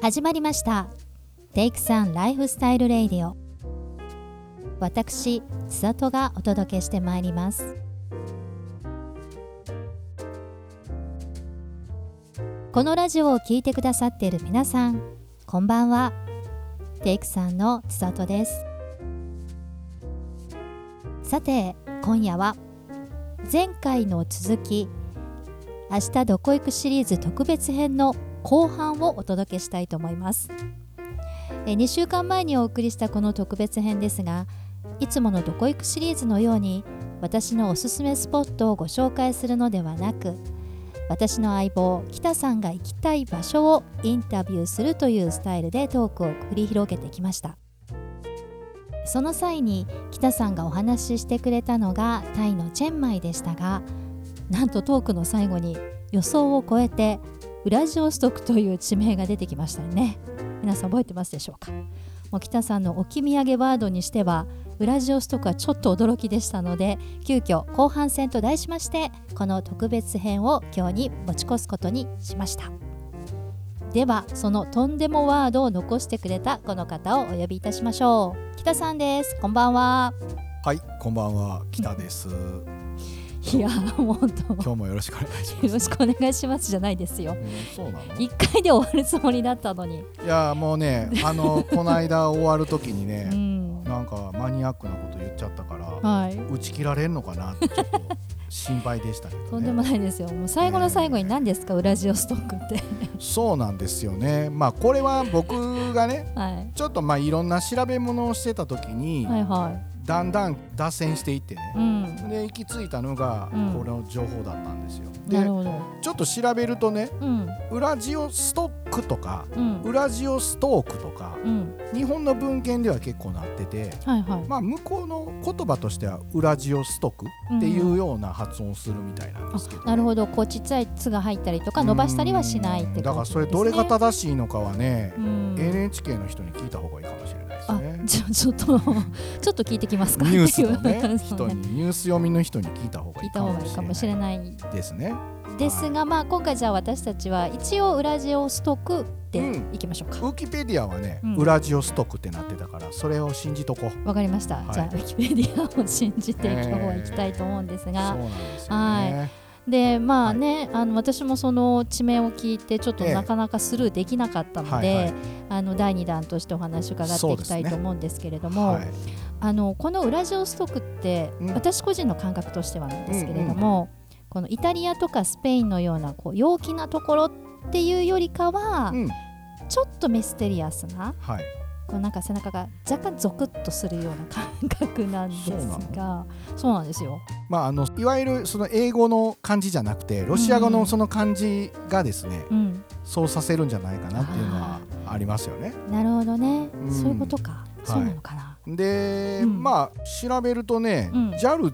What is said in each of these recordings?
始まりましたテイクさんライフスタイルレイディオ私千里がお届けしてまいりますこのラジオを聞いてくださっている皆さんこんばんはテイクさんの千里ですさて今夜は前回の続き明日どこ行くシリーズ特別編の後半をお届けしたいと思いますえ2週間前にお送りしたこの特別編ですがいつもの「どこ行く」シリーズのように私のおすすめスポットをご紹介するのではなく私の相棒北さんが行きたい場所をインタビューするというスタイルでトークを繰り広げてきましたその際に北さんがお話ししてくれたのがタイのチェンマイでしたがなんとトークの最後に予想を超えてウラジオストクという地名が出てきましたよね皆さん覚えてますでしょうかもう北さんの置き土産ワードにしてはウラジオストクはちょっと驚きでしたので急遽後半戦と題しましてこの特別編を今日に持ち越すことにしましたではそのとんでもワードを残してくれたこの方をお呼びいたしましょう北さんですこんばんははい、こんばんは、北です。いやもう本当よ今日もよろしくお願いします。ろしくお願いしますじゃないですようんそうなの。い一回で終わるつもりだったのに、や、もうね、あの、この間終わる時に うね、んなんかマニアックなこと言っちゃったから。はい打ち切られるのかなって、ちょっと心配でしたけど、ね。とんでもないですよ。もう最後の最後に何ですか、ウラジオストック って。そうなんですよね。まあ、これは僕がね。はい。ちょっとまあいろんな調べ物をしてた時に、はいはい。だんだん脱線していってうね、ん。で行き着いたのがうんこの情報だったんですよ、なるでほど。ちょっと調べるとねうん。ウラジオストックとかうん。ウラジオストークとかうん。日本の文献では結構なってて、はいはい。まあ、向こうの言葉としてはウラジオストクっていうような発音をするみたいなんですけど、あなるほど。こうちっちゃい「つ」が入ったりとか伸ばしたりはしないってことです、ね。だからそれどれが正しいのかはね、うん。 NHK の人に聞いた方がいいかもしれないですあね、。じゃあちょっと ちょっと聞いてきますか。ニュースのっていうね そ人うねにニュース読みの人に聞いた方が聞いいいたか方がいいかももししれれないないですね。ですが、まあ今回じゃあ私たちは一応ウラジオストックでうんいきましょうか。ウィキペディアはね、うんウラジオストクってなってたからそれを信じとこう。わかりました、はいじゃあウィキペディアを信じて今日はいきたいと思うんですそうが、なんですよはね。でまあね、あの私もその地名を聞いてちょっとええなかなかスルーできなかったので、はいはいあの第2弾としてお話伺ってそいうできすたいねと思うんですけれども、い、あのこのウラジオストクって、うん私個人の感覚としてはなんですけれども、このイタリアとかスペインのようなこう陽気なところっていうよりかは、うん、ちょっとミステリアスなはい。こうなんか背中が若干ゾクッとするような感覚なんですがそうなんですよ。まあ、あのいわゆるその英語の漢字じゃなくてロシア語うのんその漢字がですね、うん、そうさせるんじゃないかなっていうのはありますよね。なるほどね、んそういうことか、いそうなのかな。で、うんまあ調べるとね、うん JAL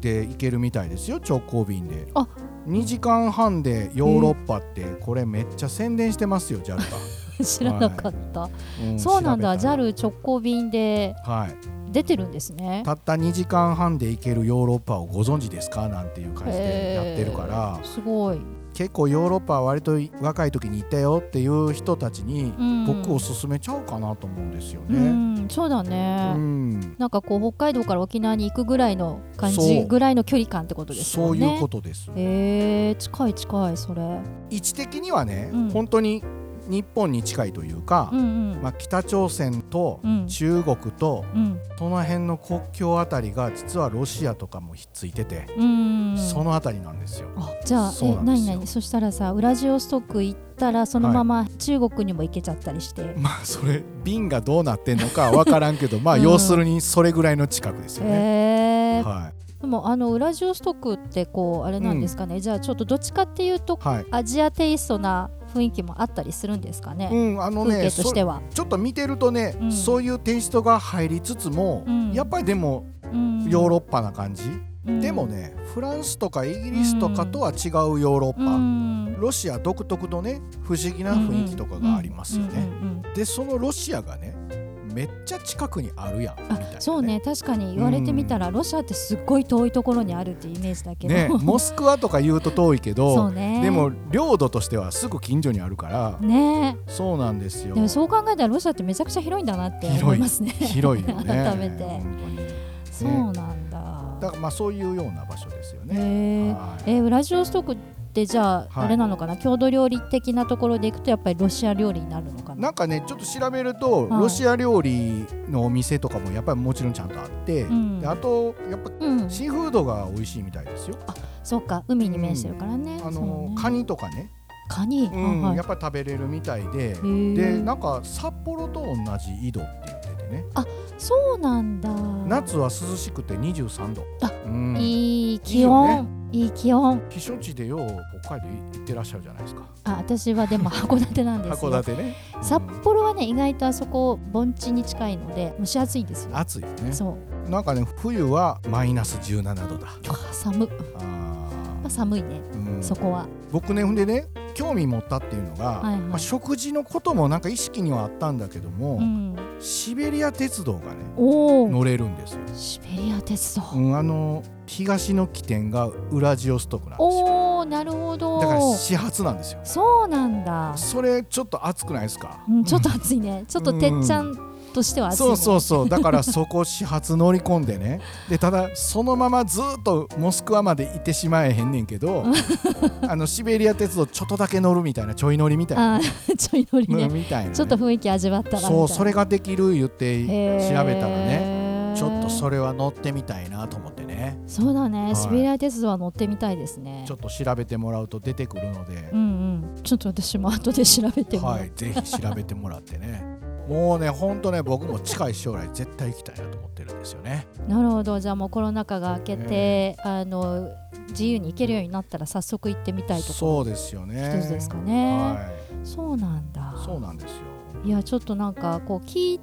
で行けるみたいですよ直行便であ2時間半でヨーロッパってこれめっちゃ宣伝してますよ JAL が、 知らなかった、うんそうなんだ調べたら JAL 直行便ではい出てるんですねたった2時間半で行けるヨーロッパをご存知ですかなんていう感じでやってるからへー、すごい、結構ヨーロッパは割と若い時に行ったよっていう人たちにうん、僕おすすめちゃうかなと思うんですようね。んそうだうね、ん、なんかこう北海道から沖縄に行くぐらいの感そじうぐらいの距離感ってことですそようねいうことです。えー、近い近いそれう位置的にはね、うん本当に日本に近いというか、んうん、まあ、北朝鮮とうん中国とうんその辺の国境あたりが実はロシアとかもひっついてて、うんそのあたりなんですよ。あじゃあそうえなんです何よ何そしたらさウラジオストク行ったらそのまま中国にも行けちゃったりして、まあそれ便がどうなってんのか分からん けど、まあうん要するにそれぐらいの近くですよね。えーはでもあのウラジオストクってこうあれなんですかね、じゃあちょっとどっちかっていうとい、はい、アジアテイストな雰囲気もあったりするんですかね、うんあの風ね景としては。ちょっと見てるとね、うんそういうテイストが入りつつも、うんやっぱりでもヨーロッパな感じ、でもねフランスとかイギリスとかとは違うヨーロッうパ、ん、ロシア独特のね不思議な雰囲気とかがありますようね、んうんうんうんでそのロシアがねめっちゃ近くにあるやんみたいな、ね、そうね確かに言われてみたら、ロシアってすっごい遠いところにあるっていうイメージだけど、 ね、モスクワとか言うと遠いけどでも領土としてはすぐ近所にあるからねそうなんですよでもそう考えたらロシアってめちゃくちゃ広いんだなって思いますね広い 改めて、ね、そうなんだだからまあそういうような場所ですよねえー、ウラジオストクっじゃあ、あれなのかな、はい、郷土料理的なところでいくとやっぱりロシア料理になるのかななんかねちょっと調べると、はい、ロシア料理のお店とかもやっぱりもちろんちゃんとあって、うん、あとやっぱ、うん、シーフードが美味しいみたいですよ、あそうか海に面してるからね、うん、あの、ね、カニとかねカニ、うんはい、やっぱ食べれるみたいででなんか札幌と同じ緯度っていうねあそうなんだ夏は涼しくて23度あ、うん、いい気温いい、ね,、気温避暑地でよう北海道行ってらっしゃるじゃないですかあ私は でも函館なんです函館ね、うん、札幌はね意外とあそこ盆地に近いので蒸し暑いんですよ暑いよねそうなんかね冬はマイナス17度だあ寒あ寒いね、うん、そこは僕ねほんでね興味持ったっていうのが、はいはい、まあ、食事のこともなんか意識にはあったんだけども、うん、シベリア鉄道がね乗れるんですよシベリア鉄道、うん、あの東の起点がウラジオストクなんですよおなるほどだから始発なんですよそうなんだそれちょっと暑くないですか、うん、ちょっと暑いねちょっとてっちゃん、としては、ね、そうそうそうだからそこ始発乗り込んでねでただそのままずっとモスクワまで行ってしまえへんねんけどあのシベリア鉄道ちょっとだけ乗るみたいなちょい乗りみたい なちょい乗りね、みたいな、ね、ちょっと雰囲気味わったらそうそれができる言って調べたらねちょっとそれは乗ってみたいなと思ってねそうだね、はい、シベリア鉄道は乗ってみたいですねちょっと調べてもらうと出てくるので、うんうん、ちょっと私も後で調べてもらはいぜひ調べてもらってね もうね、本当ね、僕も近い将来絶対行きたいなと思ってるんですよね。なるほど、じゃあもうコロナ禍が明けて、えー、あの自由に行けるようになったら早速行ってみたいところ。そうですよね。一つですかね、はい。そうなんだ。そうなんですよ。いや、ちょっとなんかこう聞い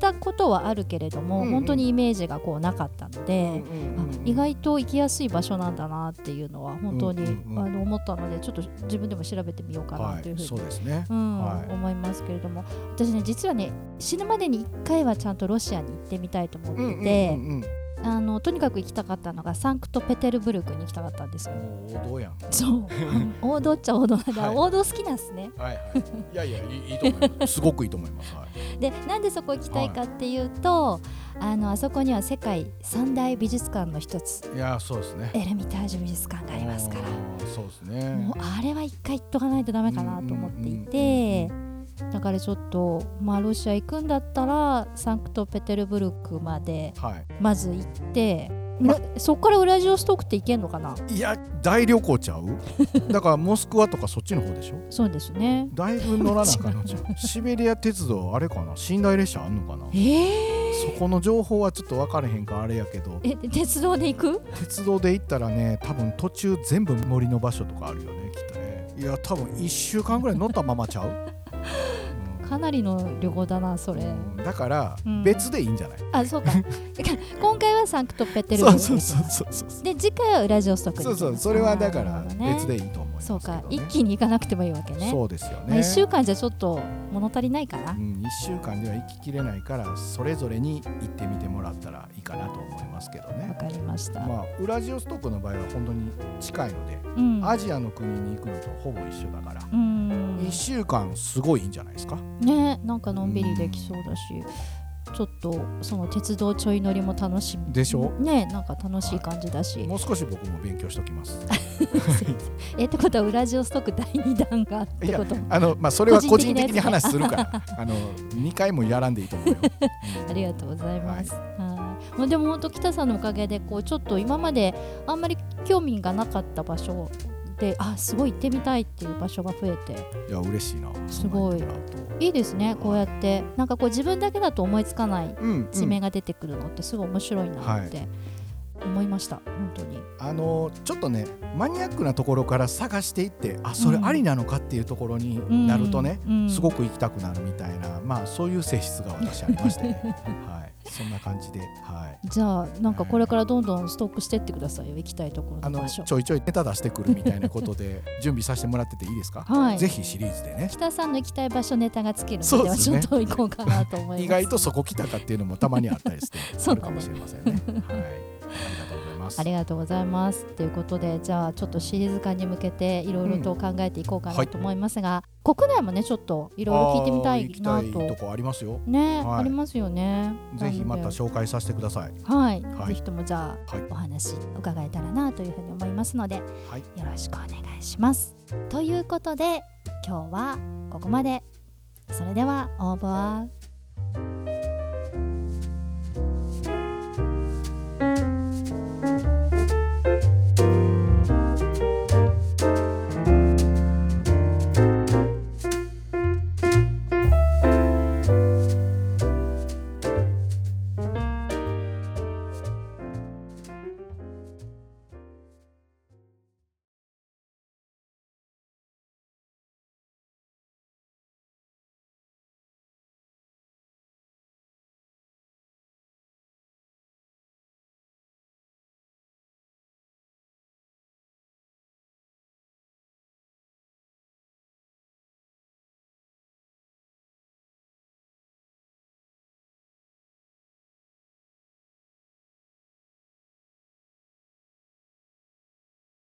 たことはあるけれども、うんうん、本当にイメージがこうなかったので、うんうんうん、意外と行きやすい場所なんだなっていうのは本当に、うんうんうん、あの思ったのでちょっと自分でも調べてみようかなというふうに、はい、そうですね、うんはい、思いますけれども私ね実はね死ぬまでに1回はちゃんとロシアに行ってみたいと思ってて。うんうんうんうんあのとにかく行きたかったのがサンクトペテルブルクに行きたかったん ですよ。王道やん。そう。王道っちゃ王道なんだ、はい、王道好きなんですね。、はいはい。いやいやいいと思います。すごくいいと思います。はいでなんでそこ行きたいかっていうと、はい、あのあそこには世界三大美術館の一つ。いやそうですね。エルミタージュ美術館がありますから。そうですね。もうあれは一回行っとかないとダメかなと思っていて。だからちょっと、まあ、ロシア行くんだったらサンクトペテルブルクまでまず行って、はい、そこからウラジオストクって行けんのかないや大旅行ち ゃうだからモスクワとかそっちの方でしょそうですねだいぶ乗らなあかんのじ ゃシベリア鉄道あれかな寝台列車あんのかなえーそこの情報はちょっと分からへんかあれやけどえ鉄道で行く鉄道で行ったらね多分途中全部森の場所とかあるよねきっとねいや多分1週間ぐらい乗ったままちゃうかなりの旅行だな それ、、うん、だから別でいいんじゃない、うんあ そうか今回はサンクトペテルブルクそうそうそうそうで次回はウラジオストクそうそうそれはだから別でいいと思います、ね、そうか一気に行かなくてもいいわけねそうですよね、、まあ、1週間じゃちょっと物足りないかな、うん1週間では行ききれないからそれぞれに行ってみてもらったらいいかなと思いますけどねわかりましたまあウラジオストクの場合は本当に近いので、うん、アジアの国に行くのとほぼ一緒だから、うん、1週間すごいいいんじゃないですかねなんかのんびりできそうだし、うん、ちょっとその鉄道ちょい乗りも楽しみでしょねなんか楽しい感じだし、はい、もう少し僕も勉強しておきます えってことはウラジオストク第2弾がってことあの、まあ、それは個人的に話するからあ の2回もやらんでいいと思う よ、ありがとうございます、はいまあ、でも本当北さんのおかげでこうちょっと今まであんまり興味がなかった場所であすごい行ってみたいっていう場所が増えていや嬉しいなすごいいいですねこうやってなんかこう自分だけだと思いつかない地名が出てくるのってすごい面白いなって。思いました、うんうんはい、本当にあのちょっとねマニアックなところから探していってあそれありなのかっていうところに なるとね、うん、すごく行きたくなるみたいな、まあ、そういう性質が私ありましてね。はいそんな感じで、はい、じゃあなんかこれからどんどんストックしてってくださいよ行きたいとこあろのの場所ちょいちょいネタ出してくるみたいなこ とで準備させてもらってていいですか、はいぜひシリーズでね北さんの行きたい場所ネタがつけるのそでうではすちねょっと行こうかなと思います 意外とそこ来たかっていうのもたまにあったりして そうあるだねかもしれませんね。はい、ありがとうございますありがとうございます。ということでじゃあちょっとシリーズ化に向けていろいろと考えていこうかうんはないと思いますが、国内もねちょっといろいろ聞いてみたいあなー行きたいとと。こありますよ。ね、はいありますよね。ぜひまなたので紹介させてください。はい、はいぜひともじゃあはい、お話伺えたらなというふうに思いますので、はいよろしくお願いします。ということで今日はここまで。それでは応募は